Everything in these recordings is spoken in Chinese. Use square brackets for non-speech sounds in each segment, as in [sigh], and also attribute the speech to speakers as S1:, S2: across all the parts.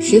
S1: 十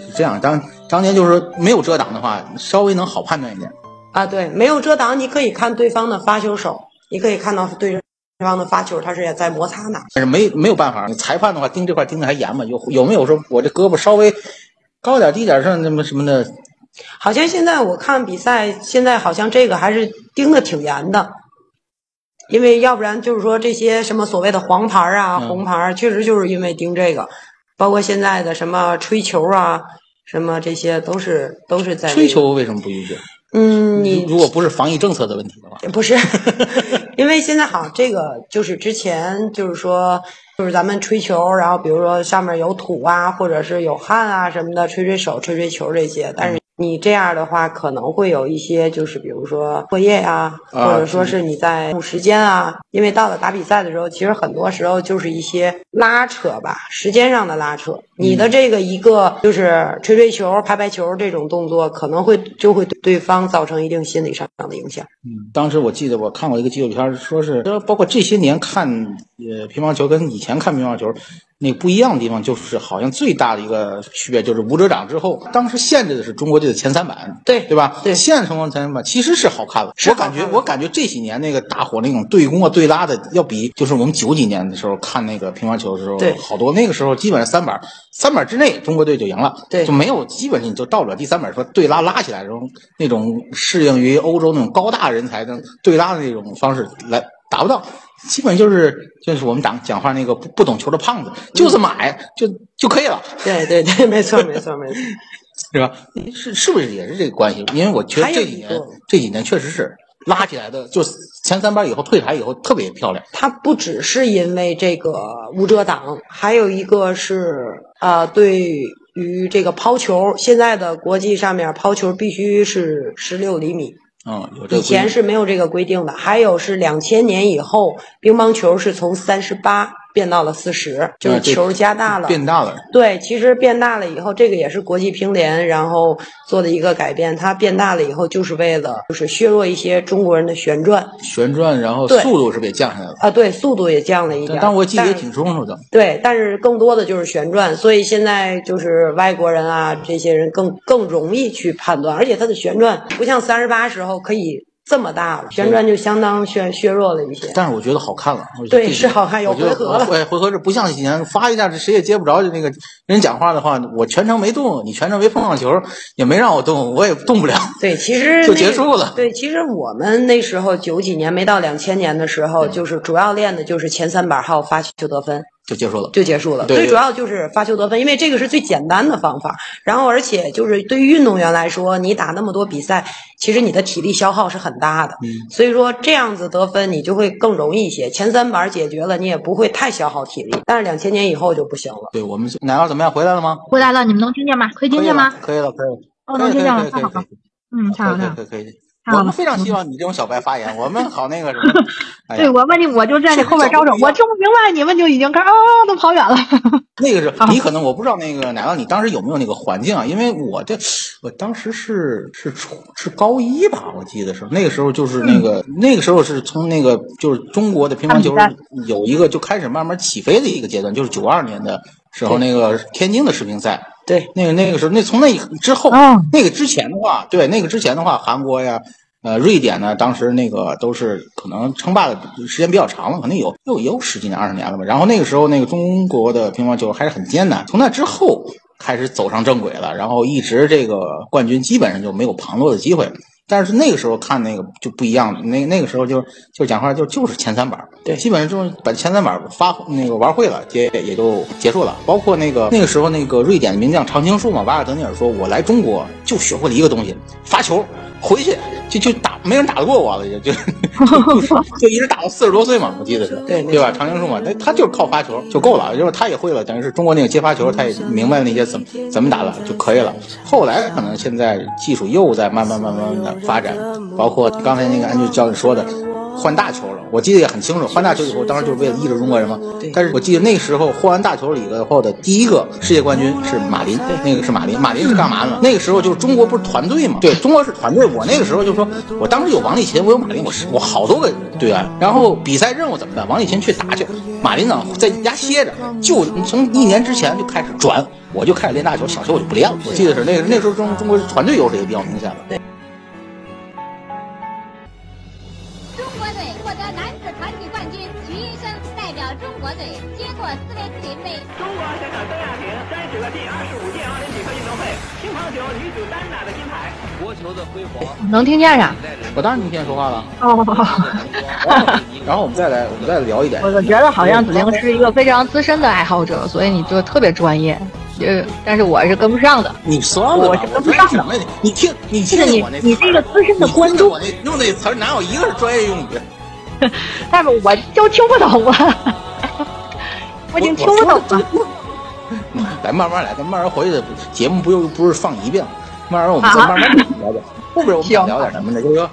S2: 是这样，当当年就是没有遮挡的话，稍微能好判断一点。
S3: 啊，对，没有遮挡，你可以看对方的发球手，你可以看到对方的发球，他是也在摩擦哪。
S2: 但是没没有办法，裁判的话盯这块盯的还严嘛，有有没有说我这胳膊稍微高点低点上那么什么的，
S3: 好像现在我看比赛，现在好像这个还是盯的挺严的，因为要不然就是说这些什么所谓的黄牌啊、
S2: 嗯
S3: 红牌儿，确实就是因为盯这个，包括现在的什么吹球啊。什么这些都是都是在这个
S2: 吹，球为什么不允许？
S3: 嗯，哎你
S2: 如果不是防疫政策的问题的话，
S3: 不是， [laughs] 因为现在好，这个就是之前就是说，就是咱们吹球，然后比如说上面有土啊，或者是有汗啊什么的，吹吹手、吹吹球这些。但是你这样的话，可能会有一些就是比如说作业呀、
S2: 啊
S3: 或者说是你在耽误时间啊，因为到了打比赛的时候，其实很多时候就是一些拉扯吧，时间上的拉扯。你的这个一个就是吹吹球、拍拍球这种动作，可能会就会对对方造成一定心理上的影响。
S2: 嗯，当时我记得我看过一个纪录片儿，说是包括这些年看呃乒乓球跟以前看乒乓球那个不一样的地方，就是好像最大的一个区别就是无遮挡之后，当时限制的是中国队的前三板，
S3: 对
S2: 对吧？
S3: 对
S2: 限制中国前三板其实是好看了。
S3: 是
S2: 我
S3: 好看
S2: 感觉
S3: 了
S2: 我感觉这几年那个大火那种对攻啊对拉的，要比就是我们九几年的时候看那个乒乓球的时候
S3: 对，
S2: 好多那个时候基本上三板三板之内中国队就赢了，
S3: 对
S2: 就没有基本上你就到不了第三板说对拉拉起来，然后那种适应于欧洲那种高大人才的对拉的那种方式来达不到，基本就是就是我们讲讲话那个不不懂球的胖子，就是买就就可以了，
S3: 对对对，没错没错没错。
S2: 是吧？是是不是也是这个关系？因为我觉得
S3: 还有
S2: 这几
S3: 一个
S2: 年这几年确实是拉起来的，就前三板以后退牌以后特别漂亮。
S3: 它不只是因为这个无遮挡，还有一个是呃，对于这个抛球，现在的国际上面抛球必须是十六厘米，
S2: 嗯，有这个
S3: 以前是没有这个规定的。还有是两千年以后，乒乓球是从三十八变到了四十，就是
S2: 啊对
S3: 球加大
S2: 规
S3: 了
S2: 定。变大了，
S3: 对，其实变大了以后，这个也是国际乒联然后做的一个改变。它变大了以后，就是为了就是削弱一些中国人的旋转，
S2: 旋转然后
S3: 对
S2: 速度是不是也降下来了？
S3: 啊，对，速度也降了一点
S2: 但
S3: 儿，
S2: 但我记得也
S3: 但
S2: 挺冲突的。
S3: 对，但是更多的就是旋转，所以现在就是外国人啊，这些人更更容易去判断，而且它的旋转不像三十八时候可以这么大了，旋转就相当削削弱了一些。
S2: 但是我觉得好看了，我觉得
S3: 对
S2: 这几
S3: 是
S2: 年
S3: 好看有
S2: 我觉得
S3: 回合了
S2: 回回合是不像以前发一下子谁也接不着，就那个人讲话的话，我全程没动，你全程没碰上球，也没让我动，我也动不了。 [laughs]
S3: 对，其实
S2: 就
S3: 那
S2: 结
S3: 个
S2: 束了
S3: 对，其实我们那时候九几年没到两千年的时候，就是主要练的就是前三板，还有发球得分。
S2: 就结束了。
S3: 就结束了。
S2: 对
S3: 最主要就是发球得分，因为这个是最简单的方法。然后，而且就是对于运动员来说，你打那么多比赛，其实你的体力消耗是很大的。
S2: 嗯
S3: 所以说这样子得分你就会更容易一些，前三板解决了，你也不会太消耗体力。但是两千年以后就不行了。
S2: 对我们奶酪怎么样？回来了吗？
S4: 回来了，你们能听见吗？可以听见吗？
S2: 可以了，可以了，
S4: 哦，
S2: 可以
S4: 能听见
S2: 了，
S4: 了，
S2: 可
S4: 太
S2: 以了，
S4: 好
S2: 可
S4: 了
S2: 以，，
S4: 嗯，太好
S2: 可以，可以，可以，可以可，以
S4: 了
S2: 可以可以。
S4: 太好
S2: 我
S4: 了
S2: 们非常希望你这种小白发言，我们好那个什么。哎呀
S4: 对我问你，我就站在后边招手，我终于明白你们就已经开始啊，都跑远了。
S2: 那个是你可能我不知道那个奶酪，你当时有没有那个环境啊？因为我这我当时是是初是高一吧，我记得是那个时候就是那个、
S3: 嗯
S2: 那个时候是从那个就是中国的乒乓球
S4: 看比
S2: 有一个就开始慢慢起飞的一个阶段，就是九二年的时候
S3: 对
S2: 那个天津的世乒赛，
S3: 对，嗯
S2: 那个那个时候那从那以之后、
S4: 哦
S2: 那个之前的话，对那个之前的话，韩国呀。呃，瑞典呢，当时那个都是可能称霸的时间比较长了，可能有有有十几年、二十年了吧。然后那个时候，那个中国的乒乓球还是很艰难。从那之后开始走上正轨了，然后一直这个冠军基本上就没有旁落的机会。但是那个时候看那个就不一样了，那那个时候就就讲话就就是前三板儿，
S3: 对
S2: 基本上就是把前三板儿发那个玩会了，也也就结束了。包括那个那个时候那个瑞典的名将常青树嘛，瓦尔德涅尔说：“我来中国就学会了一个东西，发球。”回去就就打，没人打得过我了，就就就就一直打到四十多岁嘛，我记得是，
S3: 对没错
S2: 对吧？常青树嘛，他他就是靠发球就够了，就是他也会了，等于是中国那个接发球，他也明白那些怎么怎么打了就可以了。后来可能现在技术又在慢慢慢慢的发展，包括刚才那个安俊教练说的。换大球了，我记得也很清楚。换大球以后，当时就是为了抑制中国人嘛
S3: 对。
S2: 但是我记得那时候换完大球以后的第一个世界冠军是马林，那个是马林。马林是干嘛呢？那个时候就是中国不是团队嘛？对，中国是团队。我那个时候就说，我当时有王励勤，我有马林，我是我好多个队员。然后比赛任务怎么办？王励勤去打去，马林呢在家歇着，就从一年之前就开始转，我就开始练大球，小球我就不练了。我记得是那个那时候中中国团队优势也比较明显了。
S5: 中国队获得男子团体冠军，徐医生代表中国队接过斯列克林杯。
S6: 中国选手邓亚萍三十个第二十五届奥林匹克运动会乒乓球女子单打的金牌。
S7: 国球的辉煌，
S4: [laughs] 能听见啥？
S2: 我当然听见说话了。
S4: 哦，
S2: [laughs] 然后我们再来，我们再聊一点。
S4: 我我觉得好像子玲是一个非常资深的爱好者，所以你就特别专业。呃，但是我是跟不上的。
S2: 你算了吧，
S4: 我是跟不上
S2: 我说你
S4: 的
S2: 什么呀你听，你听
S4: 是
S2: 听
S4: 你
S2: 我那词儿，
S4: 你这个资深的观 [laughs] 众，
S2: 你听听我那用那词儿哪有一个是专业用语？
S4: 但是我就听不懂了， [laughs] 我已经听不懂了。
S2: 来，慢慢来，咱慢慢回去。节目不又不是放一遍了，慢慢我们再
S4: 啊
S2: 慢慢聊聊。后边我们再聊点什么呢？就是说